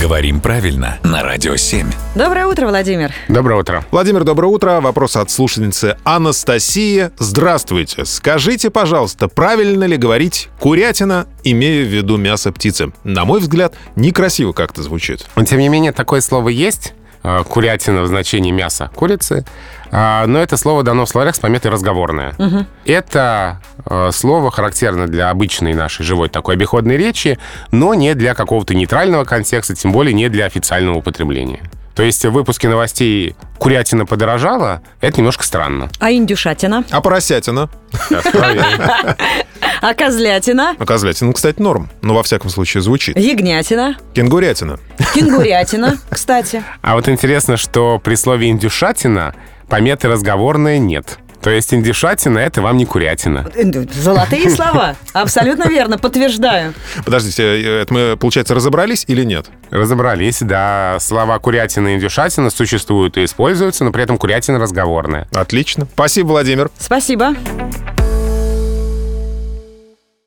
Говорим правильно на Радио 7. Доброе утро, Владимир. Доброе утро. Владимир, доброе утро. Вопрос от слушательницы Анастасии. Здравствуйте. Скажите, пожалуйста, правильно ли говорить «курятина», имея в виду мясо птицы? На мой взгляд, некрасиво как-то звучит. Но, тем не менее, такое слово есть. э, Курятина в значении мяса курицы. А, Но это слово дано в словарях с пометой «разговорное». Это э, слово характерно для обычной нашей живой такой обиходной речи, но не для какого-то нейтрального контекста, тем более не для официального употребления. То есть в выпуске новостей «Курятина подорожала» — это немножко странно. А индюшатина? А поросятина? А козлятина? А козлятина, кстати, норм. Но во всяком случае звучит. Ягнятина? Кенгурятина. Кенгурятина, кстати. А вот интересно, что при слове «индюшатина» пометы «разговорное» нет. То есть индюшатина — это вам не курятина. Золотые слова. Абсолютно верно, подтверждаю. Подождите, э, это мы, получается, разобрались или нет? Разобрались, да. Слова «курятина» и «индюшатина» существуют и используются, но при этом «курятина» разговорная. Отлично. Спасибо, Владимир. Спасибо.